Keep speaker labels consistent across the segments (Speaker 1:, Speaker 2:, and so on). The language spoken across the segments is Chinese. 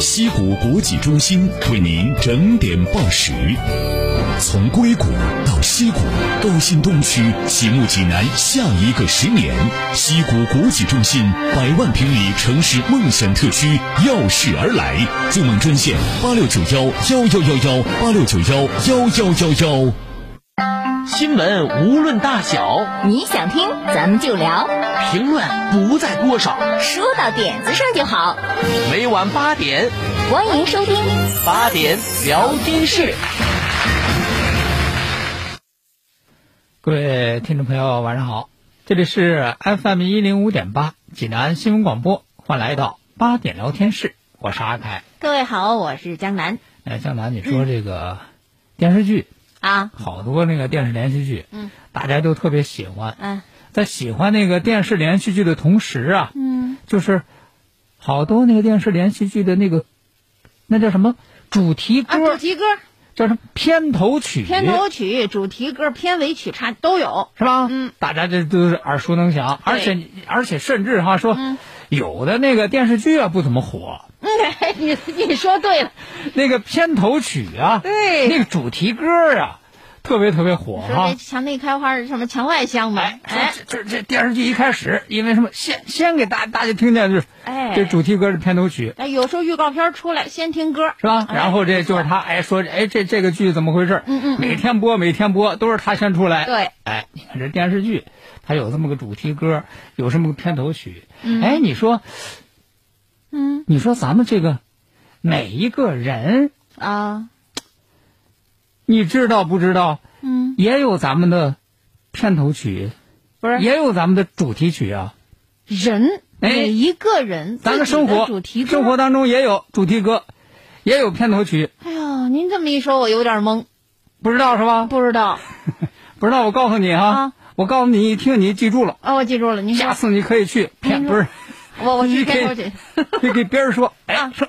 Speaker 1: 西谷国际中心为您整点报时，从硅谷到西谷，高新东区醒目济南下一个十年。西谷国际中心百万平米城市梦想特区耀世而来，筑梦专线八六九幺幺幺幺幺八六九幺幺幺幺幺。
Speaker 2: 新闻无论大小，
Speaker 3: 你想听咱们就聊，
Speaker 2: 评论不在多少，
Speaker 3: 说到点子上就好。
Speaker 2: 每晚八点，
Speaker 3: 欢迎收听
Speaker 2: 八点聊天室。
Speaker 4: 各位听众朋友，晚上好，这里是 FM 一零五点八济南新闻广播，欢迎来到八点聊天室，我是阿凯。
Speaker 3: 各位好，我是江南
Speaker 4: 哎，江南，你说这个电视剧，
Speaker 3: 啊，
Speaker 4: 好多那个电视连续剧，
Speaker 3: 嗯，
Speaker 4: 大家都特别喜欢。
Speaker 3: 嗯
Speaker 4: 在喜欢那个电视连续剧的同时啊，
Speaker 3: 嗯，
Speaker 4: 就是好多那个电视连续剧的那个那叫什么主题
Speaker 3: 啊，
Speaker 4: 歌，
Speaker 3: 主题歌、
Speaker 4: 叫什么片头曲，
Speaker 3: 片头曲、主题歌、片尾曲差都有。
Speaker 4: 是吧？
Speaker 3: 嗯，
Speaker 4: 大家这都是耳熟能详，而且而且甚至哈说，
Speaker 3: 嗯
Speaker 4: 有的那个电视剧啊不怎么火，
Speaker 3: 嗯， 你你说对了，
Speaker 4: 那个片头曲啊，
Speaker 3: 对
Speaker 4: 那个主题歌啊，特别特别火哈、
Speaker 3: 说这墙内开花是什么墙外香嘛
Speaker 4: 哎？，
Speaker 3: 哎，
Speaker 4: 这这这电视剧一开始，因为什么？先先给大大家听见就是，
Speaker 3: 哎
Speaker 4: 这主题歌是片头曲
Speaker 3: 哎，有时候预告片出来先听歌
Speaker 4: 是吧？
Speaker 3: 哎
Speaker 4: 然后这就是他，哎，说哎这这个剧怎么回事？
Speaker 3: 嗯嗯嗯
Speaker 4: 每天播每天播都是他先出来。
Speaker 3: 对，
Speaker 4: 哎，你看这电视剧，它有这么个主题歌，有这么个片头曲。哎，你说
Speaker 3: 嗯
Speaker 4: 你说咱们这个每一个人，
Speaker 3: 啊
Speaker 4: 你知道不知道？
Speaker 3: 嗯，
Speaker 4: 也有咱们的片头曲，
Speaker 3: 不是
Speaker 4: 也有咱们的主题曲啊。
Speaker 3: 人
Speaker 4: 哎
Speaker 3: 每一个人
Speaker 4: 咱们
Speaker 3: 自己
Speaker 4: 生
Speaker 3: 的
Speaker 4: 活
Speaker 3: 主题歌
Speaker 4: 生活当中也有主题歌，也有片头曲，
Speaker 3: 哎呦，您这么一说，我有点懵，
Speaker 4: 不知道是吧？
Speaker 3: 不知道。
Speaker 4: 不知道，我告诉你哈，
Speaker 3: 啊
Speaker 4: 我告诉你一听你记住了，
Speaker 3: 哦，我记住了，您
Speaker 4: 下
Speaker 3: 说，
Speaker 4: 次你可以去片
Speaker 3: 您
Speaker 4: 不
Speaker 3: 说
Speaker 4: 是，
Speaker 3: 我我
Speaker 4: 你
Speaker 3: 去
Speaker 4: 可
Speaker 3: 片头
Speaker 4: 以
Speaker 3: 曲
Speaker 4: 你给别人说，哎
Speaker 3: 啊，
Speaker 4: 说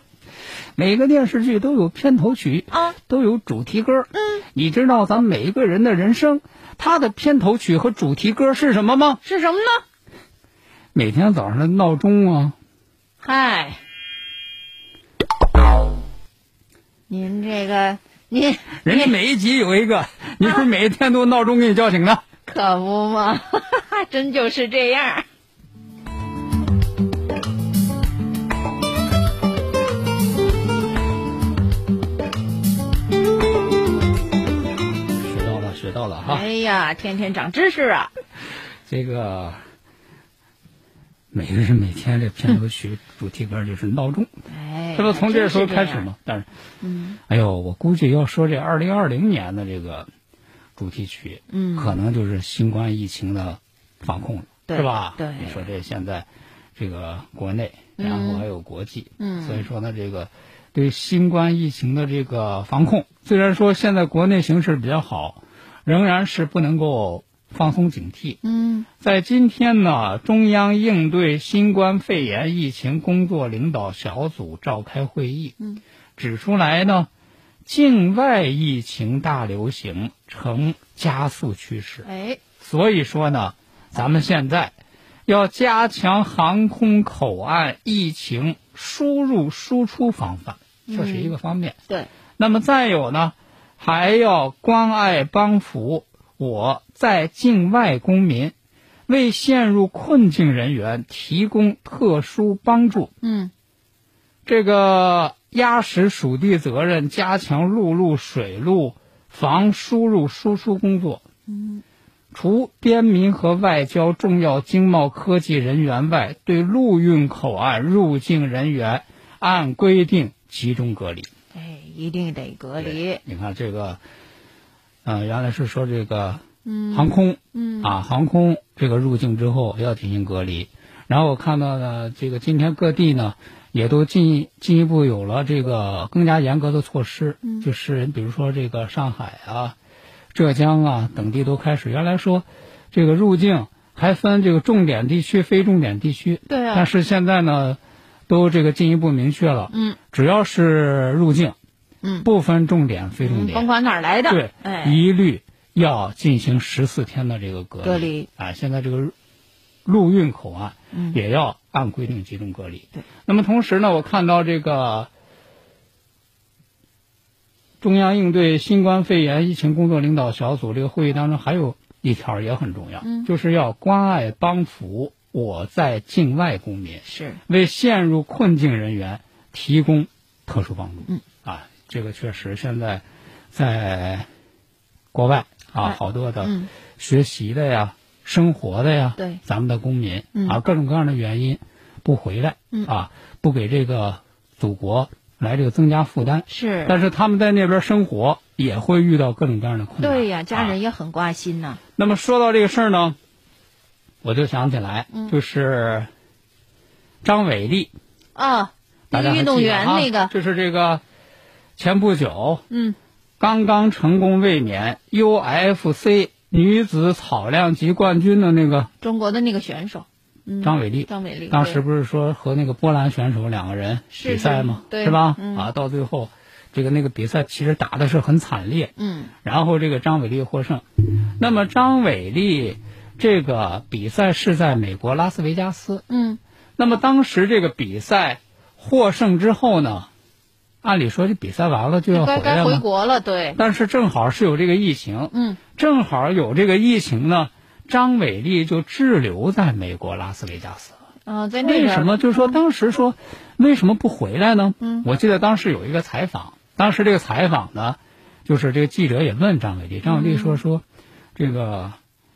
Speaker 4: 每个电视剧都有片头曲
Speaker 3: 啊，
Speaker 4: 都有主题歌，嗯，你知道咱们每一个人的人生，他的片头曲和主题歌是什么吗？
Speaker 3: 是什么呢？
Speaker 4: 每天早上的闹钟啊，
Speaker 3: 嗨，您这个您
Speaker 4: 人家每一集有一个，你不是每一天都闹钟给你叫醒的？
Speaker 3: 可不嘛，真就是这样。
Speaker 4: 学到了，学到了哈。
Speaker 3: 哎呀，天天长知识啊！
Speaker 4: 这个每个人每天这片头曲、主题歌就是闹 钟，
Speaker 3: 哎，
Speaker 4: 这不从这时候开
Speaker 3: 还真是
Speaker 4: 始
Speaker 3: 样？
Speaker 4: 吗？但是，
Speaker 3: 嗯，
Speaker 4: 哎呦，我估计要说这二零二零年的这个主题曲，
Speaker 3: 嗯
Speaker 4: 可能就是新冠疫情的防控了，
Speaker 3: 对
Speaker 4: 是吧？
Speaker 3: 对
Speaker 4: 你说这现在这个国内，
Speaker 3: 嗯
Speaker 4: 然后还有国际，
Speaker 3: 嗯
Speaker 4: 所以说呢，这个对新冠疫情的这个防控，虽然说现在国内形势比较好，仍然是不能够放松警惕，
Speaker 3: 嗯
Speaker 4: 在今天呢，中央应对新冠肺炎疫情工作领导小组召开会议，
Speaker 3: 嗯
Speaker 4: 指出来呢，境外疫情大流行呈加速趋势，
Speaker 3: 哎，
Speaker 4: 所以说呢，咱们现在要加强航空口岸疫情输入输出防范，这是一个方面。
Speaker 3: 对，
Speaker 4: 那么再有呢，还要关爱帮扶我在境外公民，为陷入困境人员提供特殊帮助。
Speaker 3: 嗯
Speaker 4: 这个压实属地责任，加强陆路、水路防输入输出工作。
Speaker 3: 嗯
Speaker 4: 除边民和外交重要经贸科技人员外，对陆运口岸入境人员按规定集中隔离。
Speaker 3: 哎，一定得隔离
Speaker 4: 对。你看这个，呃，原来是说这个
Speaker 3: 嗯
Speaker 4: 航空、
Speaker 3: 嗯
Speaker 4: 啊，航空这个入境之后要进行隔离。然后我看到呢，这个今天各地呢也都进一进一步有了这个更加严格的措施，
Speaker 3: 嗯
Speaker 4: 就是比如说这个上海啊、浙江啊等地都开始，原来说这个入境还分这个重点地区、非重点地区，
Speaker 3: 对
Speaker 4: 但
Speaker 3: 啊，
Speaker 4: 是现在呢，都这个进一步明确了，
Speaker 3: 嗯
Speaker 4: 只要是入境，
Speaker 3: 嗯，
Speaker 4: 不分重点、非重
Speaker 3: 嗯甭
Speaker 4: 点，
Speaker 3: 管哪儿来的，
Speaker 4: 对，
Speaker 3: 哎，
Speaker 4: 一律要进行十四天的这个隔离。
Speaker 3: 隔离
Speaker 4: 啊，现在这个陆运口岸
Speaker 3: 嗯
Speaker 4: 也要按规定集中隔离。
Speaker 3: 对
Speaker 4: 那么同时呢，我看到这个中央应对新冠肺炎疫情工作领导小组这个会议当中，还有一条也很重要，
Speaker 3: 嗯
Speaker 4: 就是要关爱帮扶我在境外公民。
Speaker 3: 是，
Speaker 4: 为陷入困境人员提供特殊帮助。
Speaker 3: 嗯，
Speaker 4: 啊，这个确实现在在国外啊，
Speaker 3: 哎
Speaker 4: 好多的
Speaker 3: 嗯
Speaker 4: 学习的呀、生活的呀，
Speaker 3: 对
Speaker 4: 咱们的公民、
Speaker 3: 嗯
Speaker 4: 啊，各种各样的原因不回来、
Speaker 3: 嗯
Speaker 4: 啊，不给这个祖国来这个增加负担。
Speaker 3: 是，
Speaker 4: 但是他们在那边生活也会遇到各种各样的困难。
Speaker 3: 对呀，家
Speaker 4: 啊
Speaker 3: 人也很挂心呐，
Speaker 4: 那么说到这个事儿呢，我就想起来，
Speaker 3: 嗯
Speaker 4: 就是张伟丽，
Speaker 3: 啊，
Speaker 4: 大家还
Speaker 3: 运动
Speaker 4: 记得
Speaker 3: 员
Speaker 4: 啊
Speaker 3: 那个，
Speaker 4: 就是这个前不久
Speaker 3: 嗯，
Speaker 4: 刚刚成功卫冕 UFC 女子草量级冠军的那个
Speaker 3: 中国的那个选手，嗯，
Speaker 4: 张伟丽，
Speaker 3: 张伟丽，
Speaker 4: 当时
Speaker 3: 对
Speaker 4: 不是说和那个波兰选手两个人
Speaker 3: 是
Speaker 4: 比赛吗？
Speaker 3: 是对
Speaker 4: 吧？
Speaker 3: 嗯
Speaker 4: 啊，到最后这个那个比赛其实打的是很惨烈，
Speaker 3: 嗯
Speaker 4: 然后这个张伟丽获胜。那么张伟丽这个比赛是在美国拉斯维加斯，
Speaker 3: 嗯
Speaker 4: 那么当时这个比赛获胜之后呢，按理说这比赛完了就要回
Speaker 3: 该该
Speaker 4: 来
Speaker 3: 回
Speaker 4: 了，
Speaker 3: 国了，对，
Speaker 4: 但是正好是有这个疫情，
Speaker 3: 嗯，
Speaker 4: 正好有这个疫情呢，张伟丽就滞留在美国拉斯维加斯了。
Speaker 3: 啊，在那
Speaker 4: 为
Speaker 3: 边
Speaker 4: 什么？就是说当时说为什么不回来呢？
Speaker 3: 嗯
Speaker 4: 我记得当时有一个采访，当时这个采访呢，就是这个记者也问张伟丽，张伟丽
Speaker 3: 嗯
Speaker 4: 说说这个，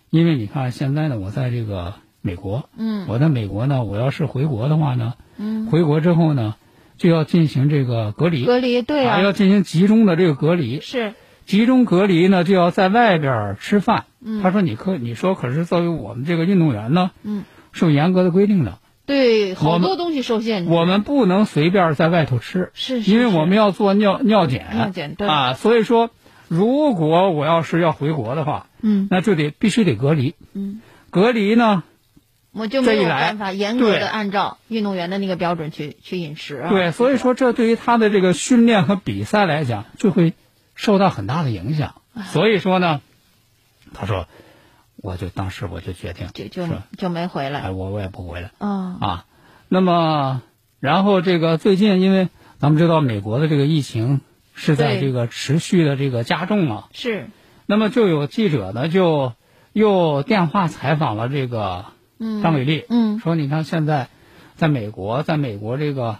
Speaker 4: 因为你看现在呢，我在这个美国，
Speaker 3: 嗯
Speaker 4: 我在美国呢，我要是回国的话呢，
Speaker 3: 嗯，
Speaker 4: 回国之后呢，就要进行这个隔离，
Speaker 3: 隔离，对
Speaker 4: 啊，要
Speaker 3: 呀，
Speaker 4: 进行集中的这个隔离。
Speaker 3: 是，
Speaker 4: 集中隔离呢，就要在外边儿吃饭。
Speaker 3: 嗯
Speaker 4: 他说：“你可你说，可是作为我们这个运动员呢，
Speaker 3: 嗯，
Speaker 4: 是有严格的规定的，
Speaker 3: 对，
Speaker 4: 我
Speaker 3: 好
Speaker 4: 们
Speaker 3: 多东西受限制，
Speaker 4: 我们不能随便在外头吃，
Speaker 3: 嗯是，是
Speaker 4: 因为我们
Speaker 3: 是
Speaker 4: 要做尿尿检，
Speaker 3: 尿检对
Speaker 4: 啊，所以说，如果我要是要回国的话，
Speaker 3: 嗯
Speaker 4: 那就得必须得隔离。
Speaker 3: 嗯，
Speaker 4: 隔离呢，
Speaker 3: 我就
Speaker 4: 这
Speaker 3: 没
Speaker 4: 一
Speaker 3: 有
Speaker 4: 来
Speaker 3: 办法严格
Speaker 4: 对
Speaker 3: 的按照运动员的那个标准去去饮食啊，
Speaker 4: 对，所以说这对于他的这个训练和比赛来讲，就会受到很大的影响。
Speaker 3: 啊
Speaker 4: 所以说呢，他说，我就当时我就决定，
Speaker 3: 就就是就没回
Speaker 4: 哎，
Speaker 3: 来，
Speaker 4: 我我也不回来
Speaker 3: 啊，
Speaker 4: 啊。那么，然后这个最近，因为咱们知道美国的这个疫情是在
Speaker 3: 对
Speaker 4: 这个持续的这个加重嘛，
Speaker 3: 是，
Speaker 4: 那么就有记者呢就又电话采访了这个
Speaker 3: 嗯，
Speaker 4: 张伟丽，
Speaker 3: 嗯
Speaker 4: 说你看现在在美国，在美国这个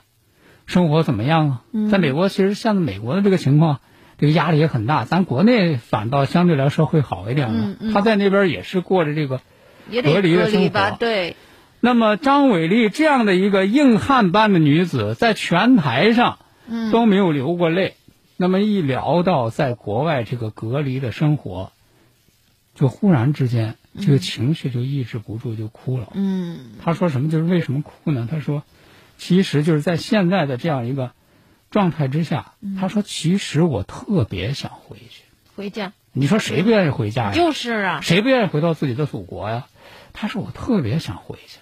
Speaker 4: 生活怎么样啊？
Speaker 3: 嗯
Speaker 4: 在美国，其实像美国的这个情况，这个压力也很大。咱国内反倒相对来说会好一点了。
Speaker 3: 嗯嗯
Speaker 4: 他在那边也是过着这个。
Speaker 3: 也得
Speaker 4: 隔
Speaker 3: 隔
Speaker 4: 离的生
Speaker 3: 离吧，
Speaker 4: 活
Speaker 3: 对，
Speaker 4: 那么张伟丽这样的一个硬汉般的女子，在拳台上
Speaker 3: 嗯，
Speaker 4: 都没有流过泪。那么一聊到在国外这个隔离的生活，就忽然之间这个情绪就抑制不住就哭了。
Speaker 3: 嗯
Speaker 4: 他说什么？就是为什么哭呢？他说，其实就是在现在的这样一个状态之下，他说，其实我特别想回去。
Speaker 3: 回家
Speaker 4: 你说谁不愿意回家呀？
Speaker 3: 就是啊，
Speaker 4: 谁不愿意回到自己的祖国呀？他说我特别想回去，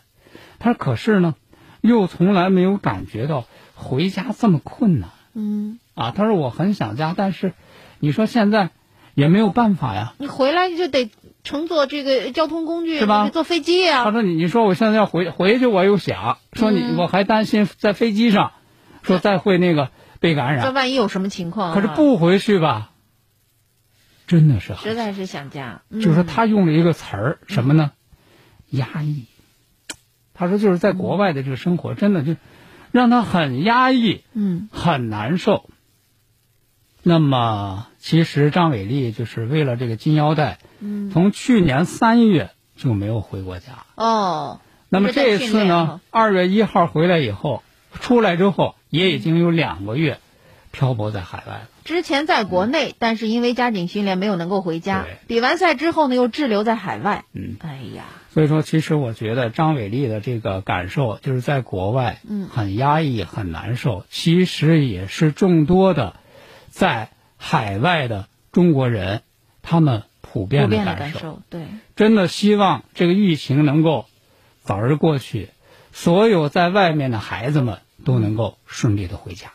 Speaker 4: 他说可是呢，又从来没有感觉到回家这么困难
Speaker 3: 嗯，
Speaker 4: 啊。他说我很想家，但是你说现在也没有办法呀。
Speaker 3: 你回来就得乘坐这个交通工具，
Speaker 4: 是吧
Speaker 3: 你得坐飞机
Speaker 4: 他
Speaker 3: 呀，
Speaker 4: 说你你说我现在要回回去，我又想说你、
Speaker 3: 嗯
Speaker 4: 我还担心在飞机上，说再会那个被感
Speaker 3: 这
Speaker 4: 染，
Speaker 3: 万一有什么情况啊，
Speaker 4: 可是不回去吧，真的是
Speaker 3: 实
Speaker 4: 很，
Speaker 3: 在是想家，嗯
Speaker 4: 就是说他用了一个词儿什么呢？压抑。他说就是在国外的这个生活，真的就让他很压抑，
Speaker 3: 嗯
Speaker 4: 很难受。那么其实张伟丽就是为了这个金腰带，
Speaker 3: 嗯
Speaker 4: 从去年三月就没有回过家。
Speaker 3: 哦，
Speaker 4: 那么这次呢，二月一号回来以后，出来之后也已经有两个月漂泊在海外了。
Speaker 3: 之前在国内，但是因为加紧训练没有能够回家
Speaker 4: 嗯对，
Speaker 3: 比完赛之后呢又滞留在海外，
Speaker 4: 嗯，
Speaker 3: 哎呀，
Speaker 4: 所以说，其实我觉得张伟丽的这个感受，就是在国外，
Speaker 3: 嗯
Speaker 4: 很压抑、很难受，其实也是众多的在海外的中国人他们普
Speaker 3: 普
Speaker 4: 遍的
Speaker 3: 遍的
Speaker 4: 感
Speaker 3: 感
Speaker 4: 受。
Speaker 3: 受，对，
Speaker 4: 真的希望这个疫情能够早日过去，所有在外面的孩子们都能够顺利的回家。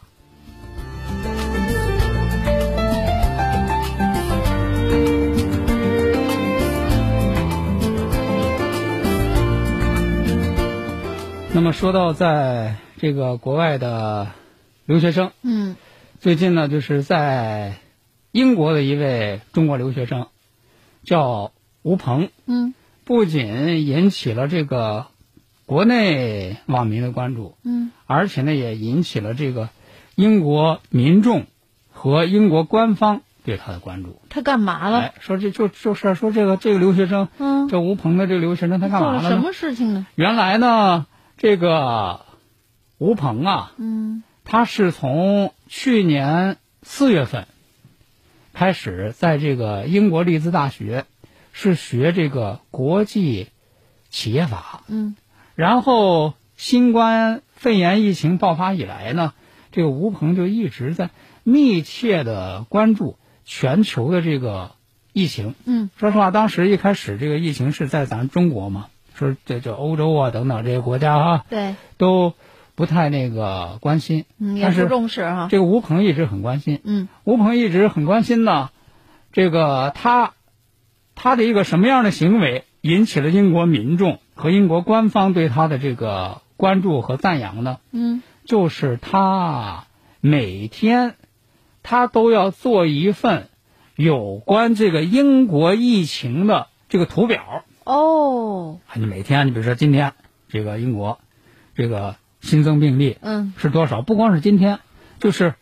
Speaker 4: 那么说到在这个国外的留学生，
Speaker 3: 嗯
Speaker 4: 最近呢，就是在英国的一位中国留学生叫吴鹏，
Speaker 3: 嗯
Speaker 4: 不仅引起了这个国内网民的关注，
Speaker 3: 嗯
Speaker 4: 而且呢，也引起了这个英国民众和英国官方对他的关注。
Speaker 3: 他干嘛了？
Speaker 4: 哎，说这就就是说这个这个留学生，
Speaker 3: 啊嗯，
Speaker 4: 这吴鹏的这个留学生他干
Speaker 3: 做
Speaker 4: 嘛
Speaker 3: 了
Speaker 4: 了
Speaker 3: 什
Speaker 4: 呢？
Speaker 3: 么事情呢？
Speaker 4: 原来呢，这个吴鹏啊，
Speaker 3: 嗯
Speaker 4: 他是从去年四月份开始在这个英国利兹大学是学这个国际企业法，
Speaker 3: 嗯
Speaker 4: 然后新冠肺炎疫情爆发以来呢，这个吴鹏就一直在密切的关注全球的这个疫情。
Speaker 3: 嗯
Speaker 4: 说实话，当时一开始这个疫情是在咱中国嘛，说这这欧洲啊等等这些国家啊
Speaker 3: 对，
Speaker 4: 都不太那个关心，
Speaker 3: 嗯也
Speaker 4: 但是
Speaker 3: 不重视哈。
Speaker 4: 这个吴鹏一直很关心，
Speaker 3: 嗯
Speaker 4: 吴鹏一直很关心呢，这个他他的一个什么样的行为引起了英国民众和英国官方对他的这个关注和赞扬呢？
Speaker 3: 嗯
Speaker 4: 就是他每天他都要做一份有关这个英国疫情的这个图表。
Speaker 3: 哦
Speaker 4: 啊你每天，你比如说今天这个英国这个新增病例
Speaker 3: 嗯
Speaker 4: 是多少？不光是今天，就是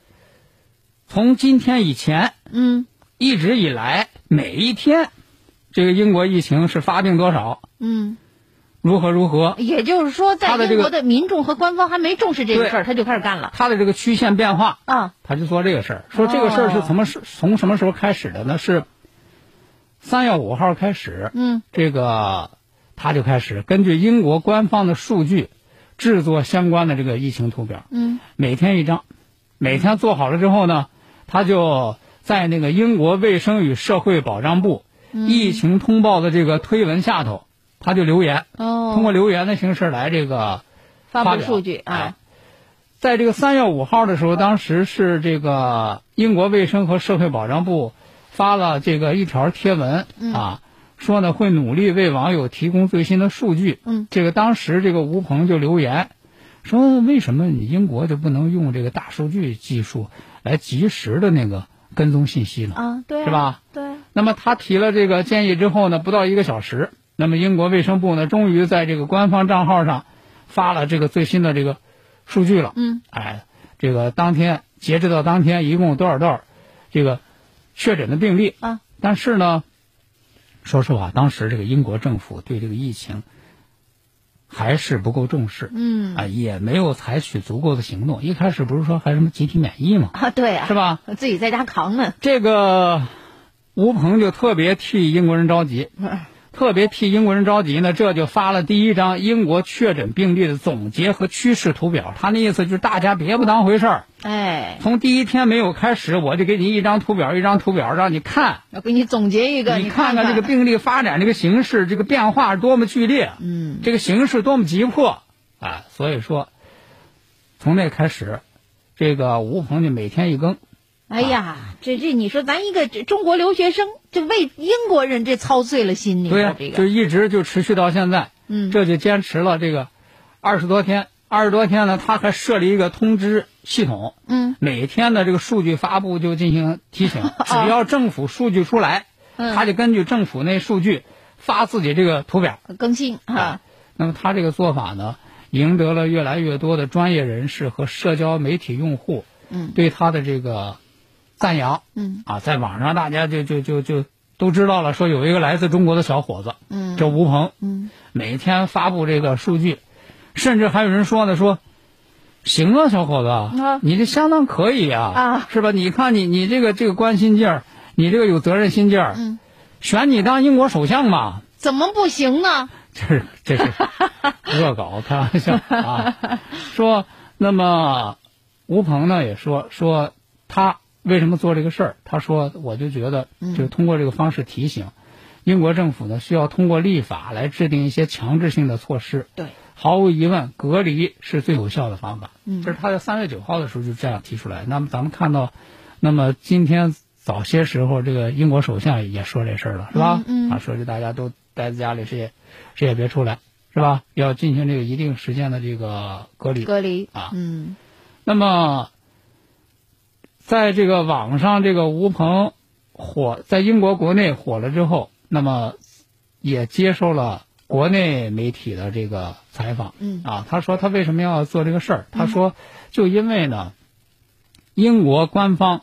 Speaker 4: 从今天以前
Speaker 3: 嗯
Speaker 4: 一直以来，每一天，这个英国疫情是发病多少，
Speaker 3: 嗯，
Speaker 4: 如何如何，
Speaker 3: 也就是说，在
Speaker 4: 他的这
Speaker 3: 英
Speaker 4: 个
Speaker 3: 国的民众和官方还没重视这个
Speaker 4: 对
Speaker 3: 事儿，他就开始干了
Speaker 4: 它的这个曲线变化，
Speaker 3: 啊。
Speaker 4: 他就做这个事儿。说这个事儿是
Speaker 3: 哦
Speaker 4: 从么时从什么时候开始的呢？是三月五号开始，
Speaker 3: 嗯
Speaker 4: 这个他就开始根据英国官方的数据制作相关的这个疫情图表。
Speaker 3: 嗯
Speaker 4: 每天一张，每天做好了之后呢，他就在那个英国卫生与社会保障部疫情通报的这个推文下头，他就留言，
Speaker 3: 哦，
Speaker 4: 通过留言的形式来这个
Speaker 3: 发
Speaker 4: 发
Speaker 3: 布
Speaker 4: 表
Speaker 3: 数据
Speaker 4: 哎
Speaker 3: 啊，
Speaker 4: 在这个三月五号的时候，当时是这个英国卫生和社会保障部发了这个一条贴文、啊，说呢会努力为网友提供最新的数据。
Speaker 3: 嗯，
Speaker 4: 这个当时这个吴鹏就留言说，为什么你英国就不能用这个大数据技术来及时的那个跟踪信息呢？
Speaker 3: 啊，对啊，
Speaker 4: 是吧？
Speaker 3: 对啊，
Speaker 4: 那么他提了这个建议之后呢，不到一个小时，那么英国卫生部呢，终于在这个官方账号上发了这个最新的这个数据了。
Speaker 3: 嗯
Speaker 4: 哎，这个当天截止到当天一共有多少多少这个确诊的病例？
Speaker 3: 啊，
Speaker 4: 但是呢，说实话，当时这个英国政府对这个疫情还是不够重视，
Speaker 3: 嗯
Speaker 4: 啊，也没有采取足够的行动。一开始不是说还什么集体免疫嘛，
Speaker 3: 啊，对啊，
Speaker 4: 是吧？
Speaker 3: 自己在家扛呢，
Speaker 4: 这个吴鹏就特别替英国人着急，
Speaker 3: 嗯
Speaker 4: 特别替英国人着急呢，这就发了第一张英国确诊病例的总结和趋势图表。他那意思就是大家别不当回事儿，
Speaker 3: 哎，
Speaker 4: 从第一天没有开始，我就给你一张图表，一张图表让你看，
Speaker 3: 我给你总结一个，
Speaker 4: 你
Speaker 3: 看
Speaker 4: 看这个病例发展这个形势，这个变化多么剧烈，
Speaker 3: 嗯，
Speaker 4: 这个形势多么急迫啊！所以说，从那开始，这个吴鹏就每天一更。
Speaker 3: 哎
Speaker 4: 啊
Speaker 3: 呀，这这你说咱一个这中国留学生，这为英国人这操碎了心，你
Speaker 4: 对
Speaker 3: 说
Speaker 4: 呀、
Speaker 3: 这
Speaker 4: 就
Speaker 3: 个，
Speaker 4: 一直就持续到现在，
Speaker 3: 嗯
Speaker 4: 这就坚持了这个二十多天。二十多天呢，他还设立一个通知系统，
Speaker 3: 嗯
Speaker 4: 每天的这个数据发布就进行提 醒，只要政府数据出来，
Speaker 3: 啊嗯
Speaker 4: 他就根据政府那数据发自己这个图表。
Speaker 3: 更新啊，
Speaker 4: 那么他这个做法呢，赢得了越来越多的专业人士和社交媒体用户
Speaker 3: 嗯
Speaker 4: 对他的这个赞扬
Speaker 3: 嗯
Speaker 4: 啊，在网上大家就就就就都知道了，说有一个来自中国的小伙子，
Speaker 3: 嗯
Speaker 4: 叫吴鹏，
Speaker 3: 嗯，
Speaker 4: 每天发布这个数据，甚至还有人说呢，说行啊，小伙子，
Speaker 3: 啊
Speaker 4: 你这相当可以啊，
Speaker 3: 啊
Speaker 4: 是吧？你看你你这个这个关心劲儿，你这个有责任心劲儿，
Speaker 3: 嗯
Speaker 4: 选你当英国首相吧，
Speaker 3: 怎么不行呢？
Speaker 4: 这是这是恶搞，开玩笑啊。说那么吴鹏呢也说说他为什么做这个事儿？他说我就觉得就是通过这个方式提醒、英国政府呢，需要通过立法来制定一些强制性的措施。
Speaker 3: 对，
Speaker 4: 毫无疑问，隔离是最有效的方法。
Speaker 3: 嗯
Speaker 4: 这是他在三月九号的时候就这样提出来。那么咱们看到，那么今天早些时候，这个英国首相也说这事儿了，是吧？
Speaker 3: 嗯嗯
Speaker 4: 啊，说是大家都待在家里，谁也谁也别出来，是吧？要进行这个一定时间的这个隔离。
Speaker 3: 隔离
Speaker 4: 啊
Speaker 3: 嗯
Speaker 4: 那么，在这个网上，这个吴鹏火在英国国内火了之后，那么也接受了国内媒体的这个采访。
Speaker 3: 嗯
Speaker 4: 啊，他说他为什么要做这个事儿？他说，就因为呢，英国官方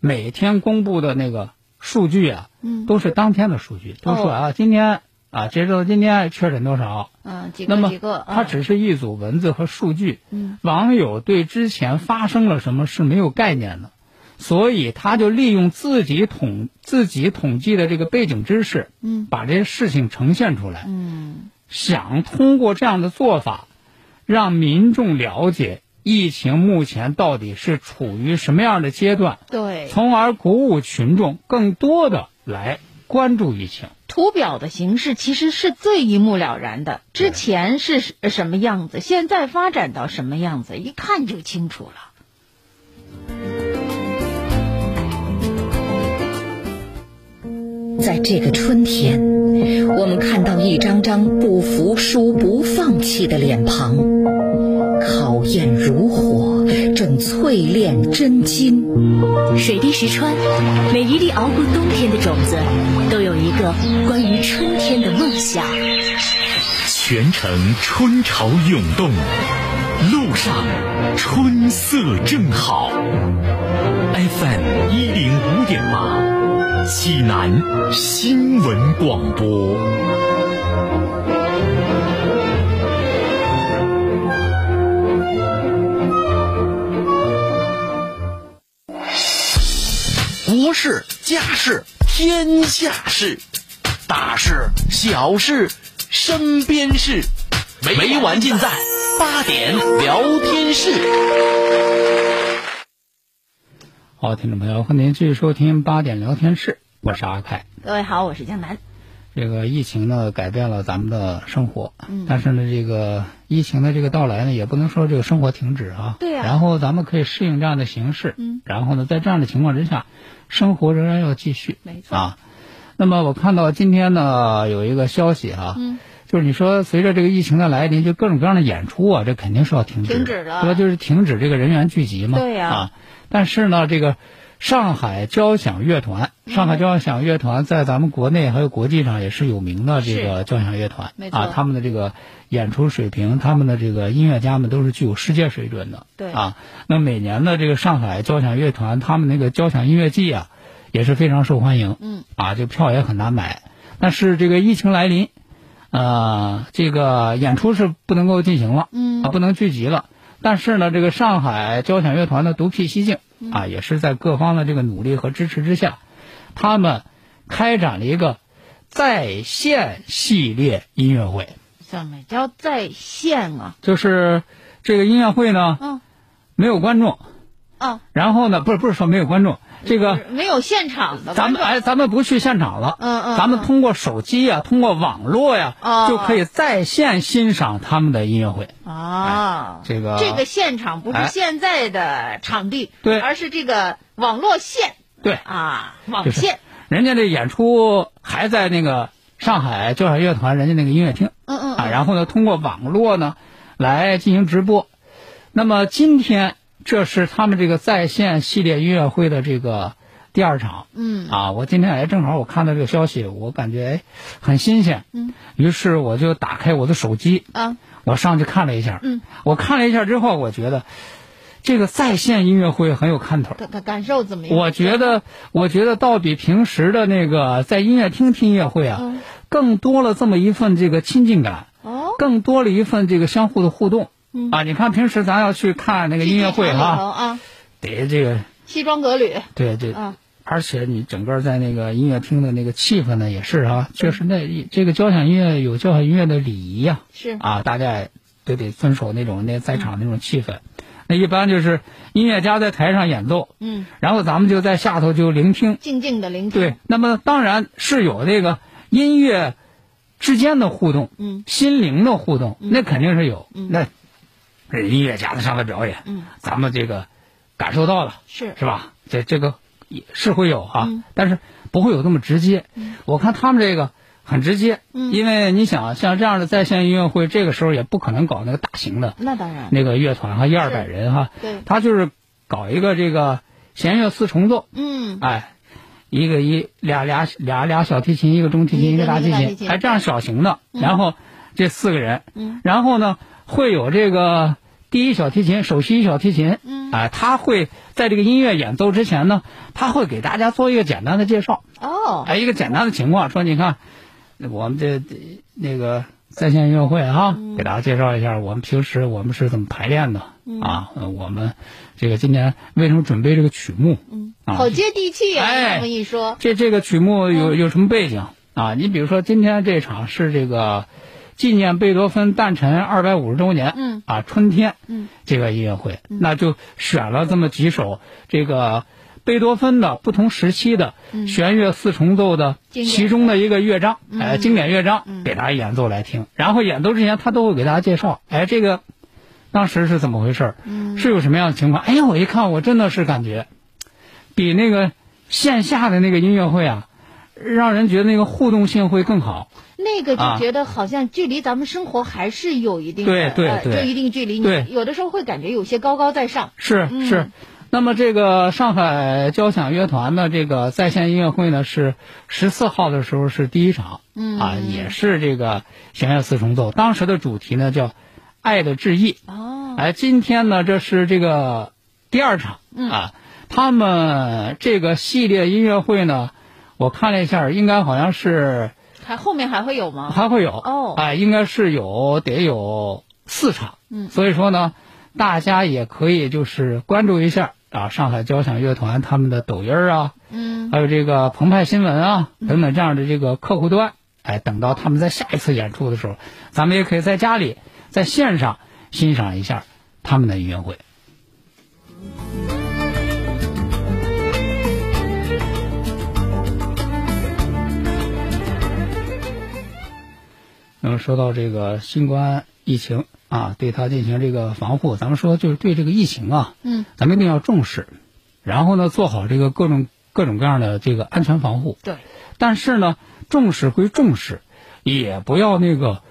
Speaker 4: 每天公布的那个数据啊，
Speaker 3: 嗯
Speaker 4: 都是当天的数据，都说啊，今天啊，截止到今天确诊多少，
Speaker 3: 嗯几
Speaker 4: 那
Speaker 3: 个
Speaker 4: 么
Speaker 3: 几个，
Speaker 4: 它
Speaker 3: 嗯
Speaker 4: 只是一组文字和数据，
Speaker 3: 嗯
Speaker 4: 网友对之前发生了什么是没有概念的，所以他就利用自己统自己统计的这个背景知识，
Speaker 3: 嗯
Speaker 4: 把这些事情呈现出来，
Speaker 3: 嗯
Speaker 4: 想通过这样的做法，让民众了解疫情目前到底是处于什么样的阶段，
Speaker 3: 对，
Speaker 4: 从而鼓舞群众更多的来关注疫情。
Speaker 3: 图表的形式其实是最一目了然的，之前是什呃什么样子，现在发展到什么样子，一看就清楚了。
Speaker 5: 在这个春天，我们看到一张张不服输、不放弃的脸庞，考验如火，正淬炼真金。
Speaker 6: 水滴石穿，每一粒熬过冬天的种子，都有一个关于春天的梦想。
Speaker 1: 全城春潮涌动，路上春色正好。FM 一零五点八，济南新闻广播。
Speaker 2: 国事、家事、天下事，大事、小事、身边事，每晚尽在八点聊天室。
Speaker 4: 好，听众朋友，欢迎您继续收听八点聊天室，我是阿凯。
Speaker 3: 各位好，我是江南。
Speaker 4: 这个疫情呢，改变了咱们的生活，
Speaker 3: 嗯
Speaker 4: 但是呢，这个疫情的这个到来呢，也不能说这个生活停止啊。
Speaker 3: 对啊
Speaker 4: 然后咱们可以适应这样的形式，
Speaker 3: 嗯。
Speaker 4: 然后呢，在这样的情况之下，生活仍然要继续。
Speaker 3: 没错
Speaker 4: 啊。那么我看到今天呢，有一个消息啊，
Speaker 3: 嗯
Speaker 4: 就是你说随着这个疫情的来临，就各种各样的演出啊，这肯定是要停止，
Speaker 3: 停止了
Speaker 4: 对吧？就是停止这个人员聚集嘛。
Speaker 3: 对呀
Speaker 4: 啊。但是呢，这个上海交响乐团，
Speaker 3: 嗯
Speaker 4: 上海交响乐团在咱们国内还有国际上也是有名的这个交响乐团
Speaker 3: 没错
Speaker 4: 啊，他们的这个演出水平，他们的这个音乐家们都是具有世界水准的。
Speaker 3: 对
Speaker 4: 啊，那每年的这个上海交响乐团，他们那个交响音乐季啊，也是非常受欢迎。
Speaker 3: 嗯，
Speaker 4: 啊，这票也很难买，但是这个疫情来临，呃，这个演出是不能够进行了。
Speaker 3: 嗯
Speaker 4: 啊，不能聚集了。但是呢，这个上海交响乐团的独辟蹊径
Speaker 3: 嗯
Speaker 4: 啊，也是在各方的这个努力和支持之下，他们开展了一个在线系列音乐会，
Speaker 3: 怎么叫在线啊？
Speaker 4: 就是这个音乐会呢
Speaker 3: 嗯
Speaker 4: 没有观众，
Speaker 3: 哦，
Speaker 4: 然后呢，不是不是说没有观众，这个
Speaker 3: 嗯是没有现场的观众，
Speaker 4: 咱们哎，咱们不去现场了，
Speaker 3: 嗯嗯
Speaker 4: 咱们通过手机呀、通过网络呀、
Speaker 3: 哦
Speaker 4: 就可以在线欣赏他们的音乐会。
Speaker 3: 啊，
Speaker 4: 这个
Speaker 3: 这个现场不是
Speaker 4: 哎
Speaker 3: 现在的场地，
Speaker 4: 对
Speaker 3: 而是这个网络线
Speaker 4: 对，
Speaker 3: 啊，网
Speaker 4: 就是
Speaker 3: 线，
Speaker 4: 人家这演出还在那个上海交响乐团人家那个音乐厅
Speaker 3: 嗯嗯
Speaker 4: 啊，
Speaker 3: 嗯，
Speaker 4: 然后呢，通过网络呢来进行直播。那么今天这是他们这个在线系列音乐会的这个第二场。
Speaker 3: 嗯
Speaker 4: 啊，我今天也正好我看到这个消息，我感觉哎很新鲜。
Speaker 3: 嗯，
Speaker 4: 于是我就打开我的手机，
Speaker 3: 啊，
Speaker 4: 我上去看了一下。
Speaker 3: 嗯，
Speaker 4: 我看了一下之后，我觉得这个在线音乐会很有看头。
Speaker 3: 感感感受怎么样？
Speaker 4: 我觉得，我觉得倒比平时的那个在音乐厅听音乐会啊，
Speaker 3: 嗯
Speaker 4: 更多了这么一份这个亲近感，
Speaker 3: 哦，
Speaker 4: 更多了一份这个相互的互动。
Speaker 3: 嗯
Speaker 4: 啊，你看平时咱要去看那个音乐会
Speaker 3: 剧场里头
Speaker 4: 啊，
Speaker 3: 啊，
Speaker 4: 得这个
Speaker 3: 西装革履
Speaker 4: 对对，
Speaker 3: 啊，
Speaker 4: 而且你整个在那个音乐厅的那个气氛呢，也是啊，确实那这个交响音乐有交响音乐的礼仪呀、
Speaker 3: 是
Speaker 4: 啊，大家也都得遵守那种那在场那种气氛。那一般就是音乐家在台上演奏，
Speaker 3: 嗯，
Speaker 4: 然后咱们就在下头就聆听。
Speaker 3: 静静的聆听，
Speaker 4: 对，那么当然是有这个音乐之间的互动，
Speaker 3: 嗯，
Speaker 4: 心灵的互动，那肯定是有。
Speaker 3: 嗯
Speaker 4: 那那音乐家的上台表演，
Speaker 3: 嗯，
Speaker 4: 咱们这个感受到了，
Speaker 3: 是
Speaker 4: 是吧？这这个也是会有啊，
Speaker 3: 嗯
Speaker 4: 但是不会有那么直接。我看他们这个很直接，
Speaker 3: 嗯
Speaker 4: 因为你想啊像这样的在线音乐会，这个时候也不可能搞那个大型的
Speaker 3: 那当然，
Speaker 4: 那个乐团哈，一二百人哈，
Speaker 3: 对
Speaker 4: 他就是搞一个这个弦乐四重奏，
Speaker 3: 嗯，
Speaker 4: 哎，一个一俩俩俩俩小提琴，一个中提琴，
Speaker 3: 一
Speaker 4: 一
Speaker 3: 个
Speaker 4: 个大提
Speaker 3: 一个大提琴
Speaker 4: 琴，哎，这样小型的，然后这四个人，
Speaker 3: 嗯
Speaker 4: 然后呢会有这个第一小提琴、首席小提琴，
Speaker 3: 嗯
Speaker 4: 哎，他会在这个音乐演奏之前呢，他会给大家做一个简单的介绍，
Speaker 3: 哦，
Speaker 4: 哎，一个简单的情况，说你看，我们这那个在线音乐会啊，
Speaker 3: 嗯
Speaker 4: 给大家介绍一下，我们平时我们是怎么排练的、
Speaker 3: 嗯
Speaker 4: 啊，呃我们这个今年为什么准备这个曲目，啊，
Speaker 3: 嗯好接地气啊！
Speaker 4: 哎
Speaker 3: 这么一说，
Speaker 4: 这这个曲目有有什么背景啊？你比如说今天这场是这个纪念贝多芬诞辰二百五十周年，
Speaker 3: 嗯
Speaker 4: 啊，春天，
Speaker 3: 嗯，
Speaker 4: 这个音乐会，那就选了这么几首这个贝多芬的不同时期的弦乐四重奏的
Speaker 3: 嗯经典嗯
Speaker 4: 其中的一个乐章，哎，经典乐章给大家演奏来听。然后演奏之前，他都会给大家介绍，哎，这个当时是怎么回事儿，
Speaker 3: 嗯
Speaker 4: 是有什么样的情况？哎呀，我一看，我真的是感觉比那个线下的那个音乐会啊，让人觉得那个互动性会更好。
Speaker 3: 那个就
Speaker 4: 啊
Speaker 3: 觉得好像距离咱们生活还是有一定的
Speaker 4: 对对
Speaker 3: 呃
Speaker 4: 对
Speaker 3: 这一定距离，
Speaker 4: 对
Speaker 3: 你有的时候会感觉有些高高在上，
Speaker 4: 是
Speaker 3: 嗯
Speaker 4: 是。那么这个上海交响乐团的这个在线音乐会呢，是十四号的时候是第一场，
Speaker 3: 嗯
Speaker 4: 啊，也是这个弦乐四重奏。当时的主题呢叫《爱的致意》，
Speaker 3: 哦，
Speaker 4: 哎，今天呢，这是这个第二场、
Speaker 3: 嗯
Speaker 4: 啊。他们这个系列音乐会呢，我看了一下，应该好像是
Speaker 3: 还后面还会有吗？
Speaker 4: 还会有
Speaker 3: 哦
Speaker 4: 哎，应该是有得有四场。
Speaker 3: 嗯
Speaker 4: 所以说呢，大家也可以就是关注一下啊，上海交响乐团他们的抖音儿啊，
Speaker 3: 嗯，
Speaker 4: 还有这个澎湃新闻啊等等这样的这个客户端，哎，等到他们在下一次演出的时候，咱们也可以在家里在线上欣赏一下他们的音乐会。那么说到这个新冠疫情啊，对它进行这个防护，咱们说就是对这个疫情啊，
Speaker 3: 嗯，
Speaker 4: 咱们一定要重视，然后呢，做好这个各种各种各样的这个安全防护。
Speaker 3: 对，
Speaker 4: 但是呢，重视归重视，也不要那个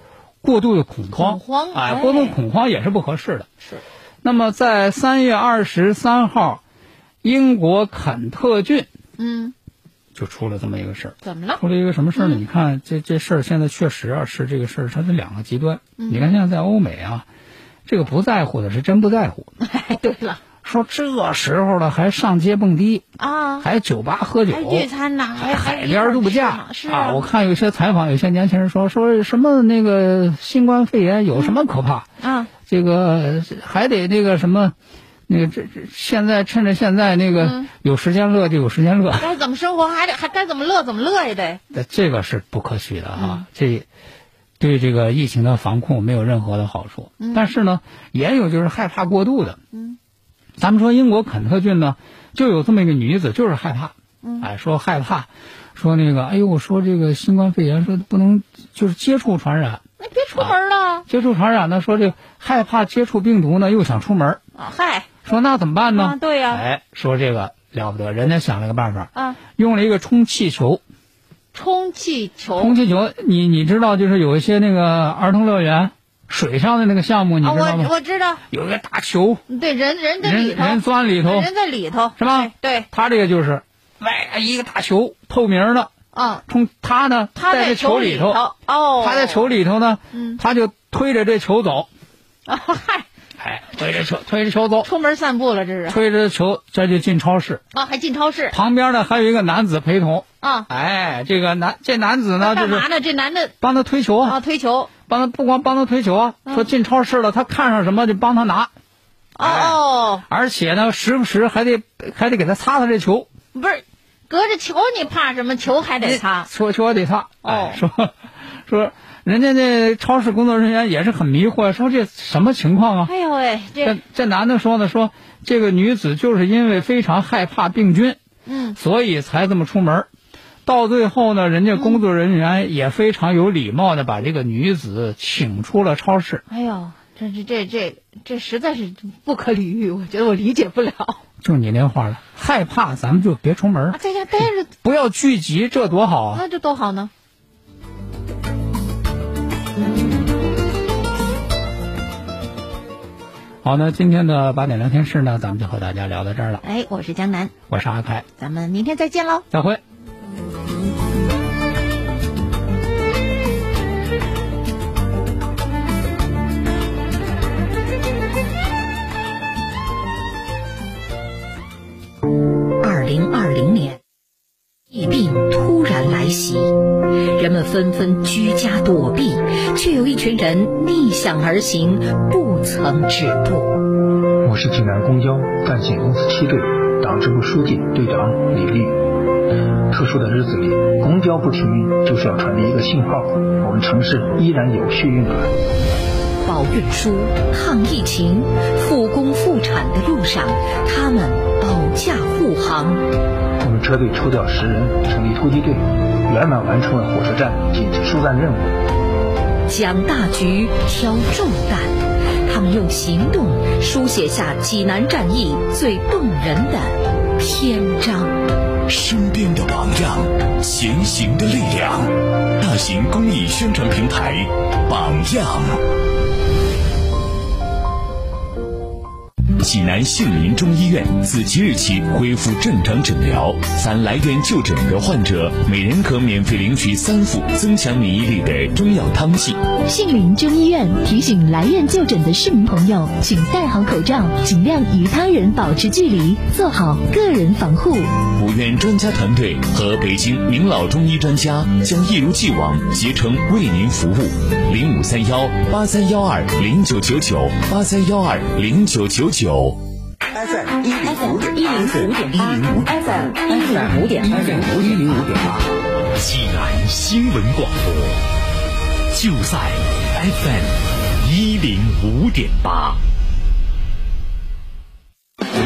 Speaker 4: 过度的恐慌，
Speaker 3: 恐慌
Speaker 4: 哎
Speaker 3: 哎，
Speaker 4: 过度恐慌也是不合适的。
Speaker 3: 是，
Speaker 4: 那么在三月二十三号，英国肯特郡
Speaker 3: 嗯，
Speaker 4: 就出了这么一个事儿。
Speaker 3: 怎么了？
Speaker 4: 出了一个什么事儿
Speaker 3: 嗯
Speaker 4: 呢？你看这这事儿现在确实啊是这个事儿，它是两个极端。
Speaker 3: 嗯
Speaker 4: 你看现在在欧美啊，这个不在乎的是真不在乎，
Speaker 3: 哎，对了
Speaker 4: 说这时候了还上街蹦迪，
Speaker 3: 啊，
Speaker 4: 还酒吧喝酒，
Speaker 3: 还聚餐呐，还还
Speaker 4: 哦海边度假
Speaker 3: 是
Speaker 4: 啊！我看有些采访，有些年轻人说说什么那个新冠肺炎有什么可怕？
Speaker 3: 啊，
Speaker 4: 这个还得那个什么，那个这这现在趁着现在那个、
Speaker 3: 嗯
Speaker 4: 有时间乐就有时间乐，
Speaker 3: 该怎么生活还得还该怎么乐怎么乐也得，
Speaker 4: 那这个是不可取的
Speaker 3: 嗯
Speaker 4: 啊！这对这个疫情的防控没有任何的好处。
Speaker 3: 嗯
Speaker 4: 但是呢，也有就是害怕过度的。嗯，咱们说英国肯特郡呢，就有这么一个女子，就是害怕。嗯，哎，说害怕，说那个，哎呦，说这个新冠肺炎，说不能就是接触传染，
Speaker 3: 那别出门了
Speaker 4: 接触传染呢，说这个害怕接触病毒呢，又想出门，
Speaker 3: 啊，嗨
Speaker 4: 说那怎么办呢？
Speaker 3: 啊，对呀，
Speaker 4: 哎，说这个了不得，人家想了个办法，
Speaker 3: 啊，
Speaker 4: 用了一个充气球。
Speaker 3: 充气球
Speaker 4: 充气球，你你知道，就是有一些那个儿童乐园水上的那个项目，你
Speaker 3: 啊，
Speaker 4: 知道吗？
Speaker 3: 我我知道，
Speaker 4: 有一个大球，
Speaker 3: 对，人人在
Speaker 4: 人
Speaker 3: 里头，
Speaker 4: 人钻里头，
Speaker 3: 人在里头
Speaker 4: 是吧？
Speaker 3: 对，
Speaker 4: 他这个就是，外一个大球，透明的，
Speaker 3: 啊，
Speaker 4: 冲他呢，
Speaker 3: 他
Speaker 4: 在这
Speaker 3: 球
Speaker 4: 球里
Speaker 3: 头，
Speaker 4: 头，
Speaker 3: 哦，
Speaker 4: 他在球
Speaker 3: 里，
Speaker 4: 里头呢，
Speaker 3: 嗯
Speaker 4: 他就推着这球走，
Speaker 3: 啊，嗨，
Speaker 4: 哎，推着球，推着球走，
Speaker 3: 出门散步了这是，
Speaker 4: 推着球，这就进超市。
Speaker 3: 啊，还进超市
Speaker 4: 旁边呢还有一个男子陪同，
Speaker 3: 啊，
Speaker 4: 哎，这个男这男子啊呢就
Speaker 3: 干嘛
Speaker 4: 是
Speaker 3: 呢？这男的
Speaker 4: 帮他推球啊
Speaker 3: 啊，，推球，
Speaker 4: 帮他不光帮他推球啊，说
Speaker 3: 嗯
Speaker 4: 进超市了，他看上什么就帮他拿，
Speaker 3: 哦，
Speaker 4: 哎而且呢，时不时还得还得给他擦擦这球。
Speaker 3: 不是，隔着球你怕什么？球还得擦。
Speaker 4: 说说得他，
Speaker 3: 哦
Speaker 4: 哎，说说人家那超市工作人员也是很迷惑，说这什么情况啊？
Speaker 3: 哎呦喂，
Speaker 4: 这
Speaker 3: 这
Speaker 4: 这男的说呢，说这个女子就是因为非常害怕病菌，
Speaker 3: 嗯，
Speaker 4: 所以才这么出门儿。到最后呢，人家工作人员也非常有礼貌的把这个女子请出了超市。
Speaker 3: 哎呦，这这这这这实在是不可理喻，我觉得我理解不 了。
Speaker 4: 就你那话了，害怕咱们就别出门
Speaker 3: 啊，
Speaker 4: 儿，
Speaker 3: 在家待着
Speaker 4: 不要聚集，这多好啊！
Speaker 3: 那这多好呢。
Speaker 4: 好，那今天的八点聊天室呢，咱们就和大家聊到这儿了。
Speaker 3: 哎，我是江南，
Speaker 4: 我是阿凯，
Speaker 3: 咱们明天再见喽。
Speaker 4: 再会。
Speaker 5: 二零二零年，疫病突然来袭，人们纷纷居家躲避，却有一群人逆向而行，不曾止步。
Speaker 7: 我是济南公交干线公司七队党支部书记队长李立。特殊的日子里，公交不停运就是要传递一个信号：我们城市依然有序运转。
Speaker 5: 保运输、抗疫情、复工复产的路上，他们保驾护航。
Speaker 7: 我们车队抽调十人成立突击队，圆满完成了火车站紧急疏散任务。
Speaker 5: 讲大局，挑重担。他们用行动书写下济南战役最动人的篇章。
Speaker 1: 身边的榜样，前行的力量。大型公益宣传平台，榜样。济南杏林中医院自即日起恢复正常诊疗，凡来院就诊的患者，每人可免费领取三副增强免疫力的中药汤剂。
Speaker 8: 杏林中医院提醒来院就诊的市民朋友，请戴好口罩，尽量与他人保持距离，做好个人防护。
Speaker 1: 五院专家团队和北京明老中医专家将一如既往竭诚为您服务。零五三幺八三幺二零九九九八三幺二零九九九。
Speaker 9: FM 一零五点
Speaker 5: 一零五点八，FM 一零五点八。
Speaker 9: 一零五点八。
Speaker 1: 济南新闻广播，就在 FM 一零五点八。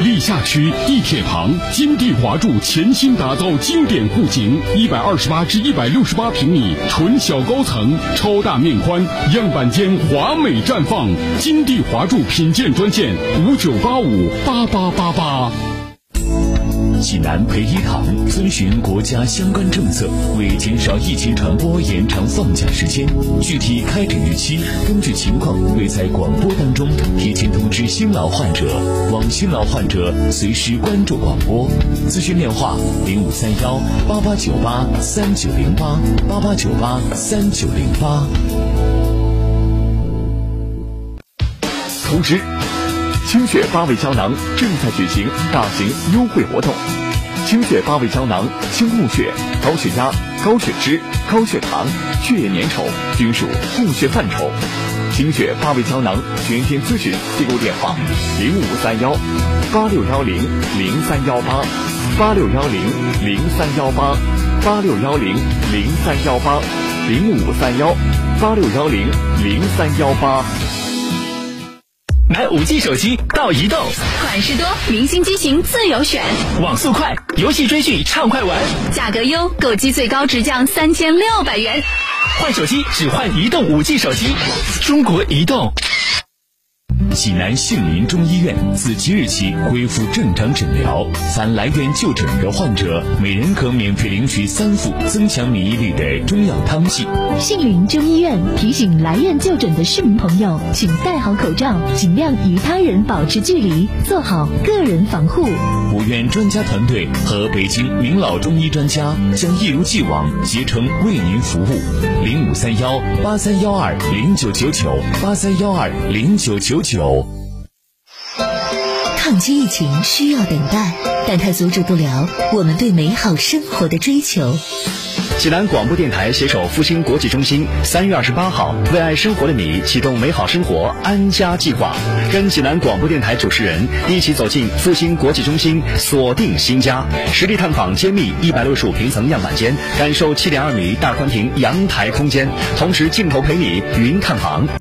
Speaker 10: 历下吃地铁旁，金地华筑潜心打造经典户型，一百二十八至一百六十八平米，纯小高层，超大面宽，样板间华美绽放。金地华筑品鉴专线五九八五八八八八。
Speaker 1: 济南培医堂遵循国家相关政策，为减少疫情传播，延长放假时间。具体开诊日期根据情况，会在广播当中提前通知新老患者，望新老患者随时关注广播。咨询电话：零五三幺八八九八三九零八八八九八三九零八。通知：清血八味胶囊正在举行大型优惠活动。清血八味胶囊清供血、高血压、高血脂、高血糖、血液粘稠均属供血范畴。清血八味胶囊全天咨询订购电话：零五三幺八六幺零零三幺八八六幺零零三幺八八六幺零零三幺八零五三幺八六幺零零三幺八。买哎五 G 手机到移动，
Speaker 8: 款式多，明星机型自由选，
Speaker 1: 网速快，游戏追剧畅快玩，
Speaker 8: 价格优，购机最高直降三千六百元。
Speaker 1: 换手机只换移动五 G 手机。中国移动。济南杏林中医院自即日起恢复正常诊疗，凡来院就诊的患者，每人可免费领取三副增强免疫力的中药汤剂。
Speaker 8: 杏林中医院提醒来院就诊的市民朋友，请戴好口罩，尽量与他人保持距离，做好个人防护。
Speaker 1: 五院专家团队和北京明老中医专家将一如既往竭诚为您服务。零五三幺八三幺二零九九九八三幺二零九九九。
Speaker 8: 抗击疫情需要等待，但它阻止不了我们对美好生活的追求。
Speaker 1: 济南广播电台携手复兴国际中心，三月二十八号为爱生活的你启动美好生活安家计划，跟济南广播电台主持人一起走进复兴国际中心，锁定新家，实地探访揭秘一百六十五平层样板间，感受七点二米大宽屏阳台空间，同时镜头陪你云看行。